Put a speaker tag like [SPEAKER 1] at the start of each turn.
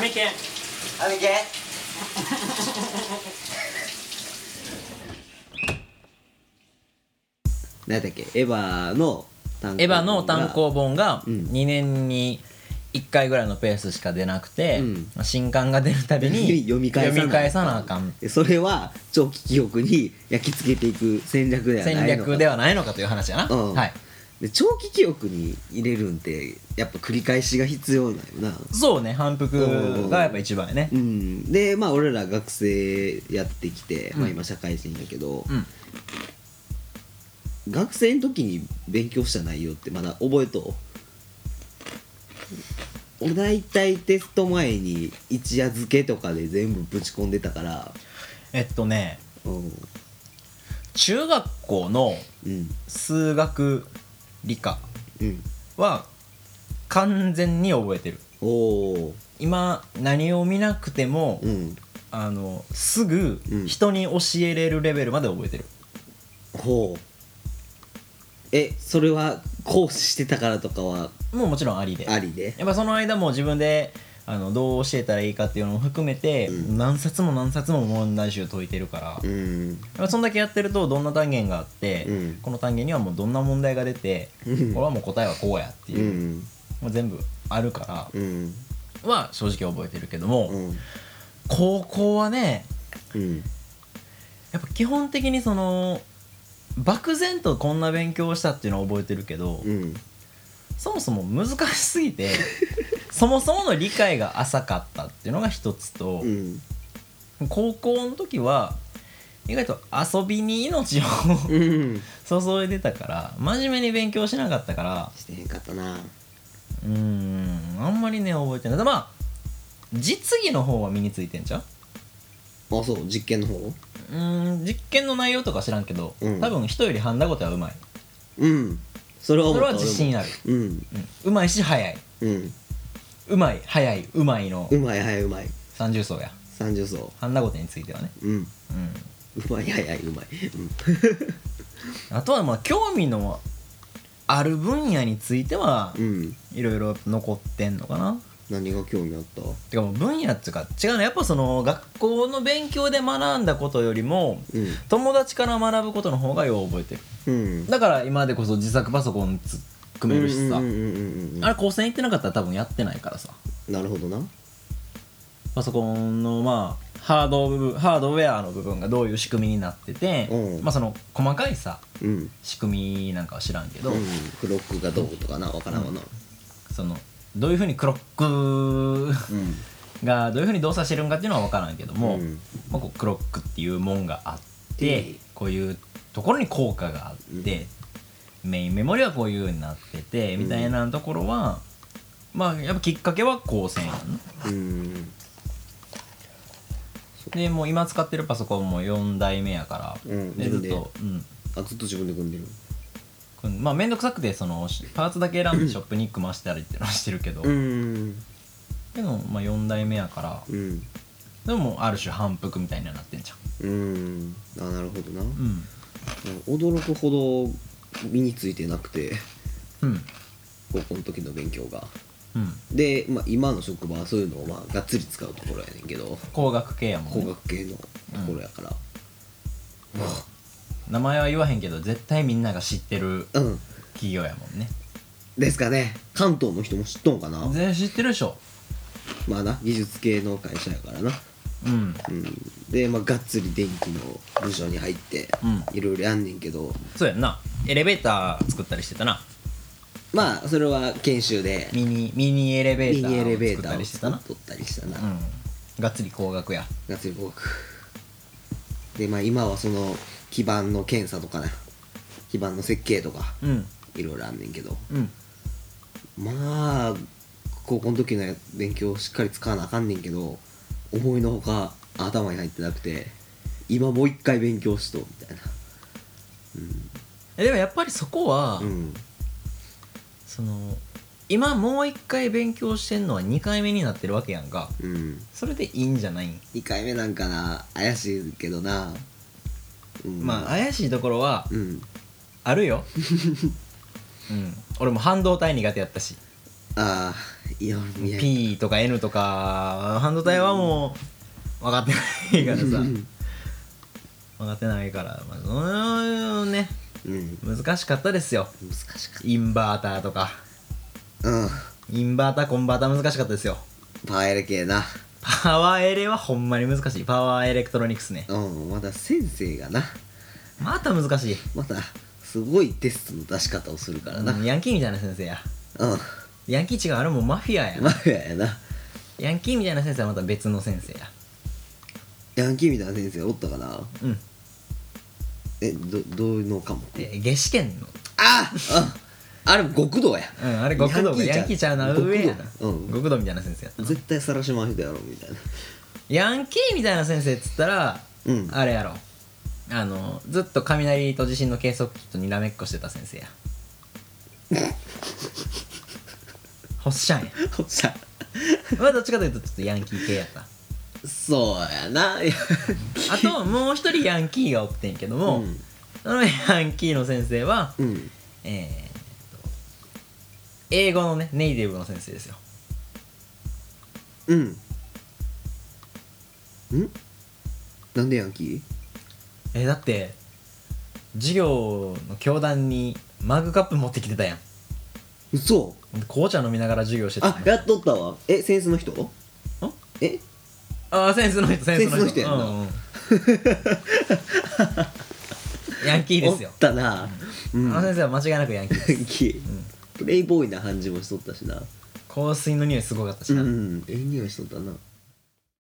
[SPEAKER 1] メ犬
[SPEAKER 2] あ みけ何だっけエヴァの単
[SPEAKER 1] エヴァの単行本が
[SPEAKER 2] うん
[SPEAKER 1] 2年に1回ぐらいのペースしか出なくて、
[SPEAKER 2] う
[SPEAKER 1] 新刊が出るたびに
[SPEAKER 2] 読み返さな
[SPEAKER 1] 読み返さなあかん
[SPEAKER 2] でそれは長期記憶に焼き付けていく戦略ではないの
[SPEAKER 1] 戦
[SPEAKER 2] か
[SPEAKER 1] 略ではないのかという話やな、
[SPEAKER 2] うん
[SPEAKER 1] はい
[SPEAKER 2] で長期記憶に入れるんってやっぱ繰り返しが必要なんよな
[SPEAKER 1] そうね反復がやっぱ一番やね
[SPEAKER 2] うんでまあ俺ら学生やってきて、ま
[SPEAKER 1] う
[SPEAKER 2] あ
[SPEAKER 1] ん
[SPEAKER 2] 今社会人やけど、
[SPEAKER 1] うん
[SPEAKER 2] 学生の時に勉強した内容ってまだ覚えとう俺大体テスト前に一夜漬けとかで全部ぶち込んでたから
[SPEAKER 1] えっとね
[SPEAKER 2] うん
[SPEAKER 1] 中学校の
[SPEAKER 2] うん
[SPEAKER 1] 数学理科
[SPEAKER 2] うん
[SPEAKER 1] は完全に覚えてる
[SPEAKER 2] おお
[SPEAKER 1] 今何を見なくても、
[SPEAKER 2] うん
[SPEAKER 1] あのすぐ
[SPEAKER 2] うん
[SPEAKER 1] 人に教えれるレベルまで覚えてる、
[SPEAKER 2] ほうえそれは講師してたからとかは
[SPEAKER 1] もうもちろんありで
[SPEAKER 2] ありで
[SPEAKER 1] やっぱその間も自分であのどう教えたらいいかっていうのも含めて、
[SPEAKER 2] うん
[SPEAKER 1] 何冊も何冊も問題集解いてるから、やっ
[SPEAKER 2] うん
[SPEAKER 1] ぱそんだけやってるとどんな単元があって、
[SPEAKER 2] うん
[SPEAKER 1] この単元にはもうどんな問題が出て、
[SPEAKER 2] うん
[SPEAKER 1] 俺はもう答えはこうやって
[SPEAKER 2] う
[SPEAKER 1] いう、
[SPEAKER 2] ん
[SPEAKER 1] もう全部あるか
[SPEAKER 2] うん
[SPEAKER 1] らは正直覚えてるけども、
[SPEAKER 2] うん
[SPEAKER 1] 高校はね
[SPEAKER 2] うん
[SPEAKER 1] やっぱ基本的にその漠然とこんな勉強をしたっていうのは覚えてるけど、
[SPEAKER 2] うん
[SPEAKER 1] そもそも難しすぎ てそもそもの理解が浅かったっていうのが一つと、
[SPEAKER 2] うん
[SPEAKER 1] 高校の時は意外と遊びに命を
[SPEAKER 2] うん
[SPEAKER 1] 注いでたから真面目に勉強しなかったから
[SPEAKER 2] してへんかったな
[SPEAKER 1] うーんあんまりね覚えてないただまあ実技の方は身についてんちゃう
[SPEAKER 2] あそう実験の方
[SPEAKER 1] うーん実験の内容とか知らんけど、
[SPEAKER 2] うん
[SPEAKER 1] 多分人よりハンダごとはうまい
[SPEAKER 2] うんそれは
[SPEAKER 1] そ
[SPEAKER 2] 思
[SPEAKER 1] れ
[SPEAKER 2] った
[SPEAKER 1] は自信ある
[SPEAKER 2] 俺もうん
[SPEAKER 1] うま、上手いし早い
[SPEAKER 2] うん
[SPEAKER 1] うまい早いうまいの
[SPEAKER 2] うまい早いうまい
[SPEAKER 1] 三重奏や
[SPEAKER 2] 三十層
[SPEAKER 1] ハンダごとについてはね
[SPEAKER 2] うん
[SPEAKER 1] うん
[SPEAKER 2] うまい早いうまいうん
[SPEAKER 1] あとはまあ興味のある分野については
[SPEAKER 2] うん
[SPEAKER 1] いろいろ残ってんのかな
[SPEAKER 2] 何が興味あった
[SPEAKER 1] てかもう分野っていうか違うのやっぱその学校の勉強で学んだことよりも
[SPEAKER 2] うん
[SPEAKER 1] 友達から学ぶことの方がよう覚えてる
[SPEAKER 2] うん
[SPEAKER 1] だから今でこそ自作パソコンつ組めるしさ、
[SPEAKER 2] うんうんうんうんうん
[SPEAKER 1] あれ高専行ってなかったら多分やってないからさ
[SPEAKER 2] なるほどな
[SPEAKER 1] パソコンのまあハード部分ハードウェアの部分がどういう仕組みになってて、
[SPEAKER 2] うん
[SPEAKER 1] まあその細かいさ
[SPEAKER 2] うん
[SPEAKER 1] 仕組みなんかは知らんけど、
[SPEAKER 2] うんクロックがどうとかなわからんわな
[SPEAKER 1] そのどういうふうにクロック
[SPEAKER 2] うん
[SPEAKER 1] がどういうふうに動作してるんかっていうのは分からんけども、
[SPEAKER 2] うん
[SPEAKER 1] まあ、こうクロックっていうもんがあって、
[SPEAKER 2] うん
[SPEAKER 1] こういうところに効果があって、メインメモリはこういうようになっててみたいなところは、まあやっぱきっかけは高専やんな
[SPEAKER 2] うん
[SPEAKER 1] でもう今使ってるパソコンも4代目やから、
[SPEAKER 2] うん
[SPEAKER 1] で
[SPEAKER 2] 自分
[SPEAKER 1] ず
[SPEAKER 2] で
[SPEAKER 1] っと、うん
[SPEAKER 2] あずっと自分で組んでる
[SPEAKER 1] こん、まあ面倒くさくてそのパーツだけ選んでショップに組ましたりっていうのはしてるけど、
[SPEAKER 2] ん
[SPEAKER 1] でもまあ4代目やから
[SPEAKER 2] うん
[SPEAKER 1] でもある種反復みたいにはなってんじゃん
[SPEAKER 2] うんあなるほどな
[SPEAKER 1] うん
[SPEAKER 2] 驚くほど身についてなくて
[SPEAKER 1] うん
[SPEAKER 2] 高校の時の勉強が
[SPEAKER 1] うん
[SPEAKER 2] で、まあ、今の職場はそういうのをまあがっつり使うところやねんけど
[SPEAKER 1] 工学系やも
[SPEAKER 2] 工
[SPEAKER 1] んね
[SPEAKER 2] 学系のところやから
[SPEAKER 1] 名前は言わへんけど絶対みんなが知ってる
[SPEAKER 2] うん、
[SPEAKER 1] 企業やもんね
[SPEAKER 2] ですかね関東の人も知っとんかな
[SPEAKER 1] 全然知ってるでしょ
[SPEAKER 2] まあな技術系の会社やからな、
[SPEAKER 1] うん
[SPEAKER 2] うん、で、まあ、がっつり電気の部署に入って
[SPEAKER 1] うん
[SPEAKER 2] いろいろやんねんけど
[SPEAKER 1] そうやんなエレベーター作ったりしてたな
[SPEAKER 2] まあそれは研修で
[SPEAKER 1] ミニミニエレベ
[SPEAKER 2] ミ
[SPEAKER 1] ータ
[SPEAKER 2] ニエレベ
[SPEAKER 1] ーを作
[SPEAKER 2] ー
[SPEAKER 1] っ
[SPEAKER 2] タ
[SPEAKER 1] た
[SPEAKER 2] ー
[SPEAKER 1] り
[SPEAKER 2] を
[SPEAKER 1] して
[SPEAKER 2] 作
[SPEAKER 1] たな
[SPEAKER 2] っとったりしたな、
[SPEAKER 1] うんがっつり工学や
[SPEAKER 2] がっつり工学でまあ今はその基板の検査とかな基板の設計とか
[SPEAKER 1] うん
[SPEAKER 2] いろいろあんねんけど
[SPEAKER 1] うん
[SPEAKER 2] まあ高校の時の勉強をしっかり使わなあかんねんけど思いのほか頭に入ってなくて今もう一回勉強しとみたいな
[SPEAKER 1] えでもやっぱりそこは、
[SPEAKER 2] うん
[SPEAKER 1] その今もう一回勉強してんのは2回目になってるわけやんか
[SPEAKER 2] うん
[SPEAKER 1] それでいいんじゃないん、
[SPEAKER 2] 2回目なんかな怪しいけどな、うん、
[SPEAKER 1] まあ怪しいところは
[SPEAKER 2] うん
[SPEAKER 1] あるよ、うん、俺も半導体苦手やったし
[SPEAKER 2] ああいや俺見ない
[SPEAKER 1] P とか N とか半導体はもう分かってないからさ
[SPEAKER 2] うん
[SPEAKER 1] 分かってないから、まあ、そのね
[SPEAKER 2] うん
[SPEAKER 1] 難しかったですよ
[SPEAKER 2] 難しかっ
[SPEAKER 1] インバーターとか
[SPEAKER 2] たうん
[SPEAKER 1] インバーターコンバーター難しかったですよ
[SPEAKER 2] パエル系な
[SPEAKER 1] パワーエレはほんまに難しいパワーエレクトロニクスね
[SPEAKER 2] うんまだ先生がな
[SPEAKER 1] また難しい
[SPEAKER 2] またすごいテストの出し方をするからなう
[SPEAKER 1] うんんヤンキーみたいな先生やヤンキー違うあれもうマフィアや
[SPEAKER 2] マフィアやな
[SPEAKER 1] ヤンキーみたいな先生はまた別の先生や
[SPEAKER 2] ヤンキーみたいな先生おったかな
[SPEAKER 1] うん
[SPEAKER 2] えどどういうのかも
[SPEAKER 1] で下試験の
[SPEAKER 2] あああれ極道や
[SPEAKER 1] うんあれ極道
[SPEAKER 2] ヤ
[SPEAKER 1] ヤ
[SPEAKER 2] ン
[SPEAKER 1] ン
[SPEAKER 2] キ
[SPEAKER 1] キー
[SPEAKER 2] ーち
[SPEAKER 1] ち
[SPEAKER 2] ゃ
[SPEAKER 1] ゃ
[SPEAKER 2] う
[SPEAKER 1] うな上やな
[SPEAKER 2] 極道うん
[SPEAKER 1] 極道みたいな先生やった
[SPEAKER 2] 絶対晒し回してやろうみたいな
[SPEAKER 1] ヤンキーみたいな先生っつったら、
[SPEAKER 2] うん
[SPEAKER 1] あれやろあのずっと雷と地震の計測器とにらめっこしてた先生 やほっしゃんや
[SPEAKER 2] おっしゃ
[SPEAKER 1] まあどっちかというとちょっとヤンキー系やった
[SPEAKER 2] そうやないや
[SPEAKER 1] あ ともう一人ヤンキーがおってんけども、
[SPEAKER 2] うん
[SPEAKER 1] そのヤンキーの先生は、
[SPEAKER 2] うん
[SPEAKER 1] えーっと英語のねネイティブの先生ですよ
[SPEAKER 2] うんんなんでヤンキ
[SPEAKER 1] えだって授業の教壇にマグカップ持ってきてたやん
[SPEAKER 2] ー嘘
[SPEAKER 1] 紅茶飲みながら授業してた
[SPEAKER 2] あやっとったわえセンスの人え
[SPEAKER 1] ああセンスの人センスの人
[SPEAKER 2] センスの人やん
[SPEAKER 1] う
[SPEAKER 2] な
[SPEAKER 1] んうん ヤンキーですよ
[SPEAKER 2] おっ、たなうん
[SPEAKER 1] あの先生は間違いなくヤンキー
[SPEAKER 2] ヤンキープレイボーイな感じもしとったしな
[SPEAKER 1] 香水の匂いすごかったし
[SPEAKER 2] う
[SPEAKER 1] な、
[SPEAKER 2] んええ匂いしとったな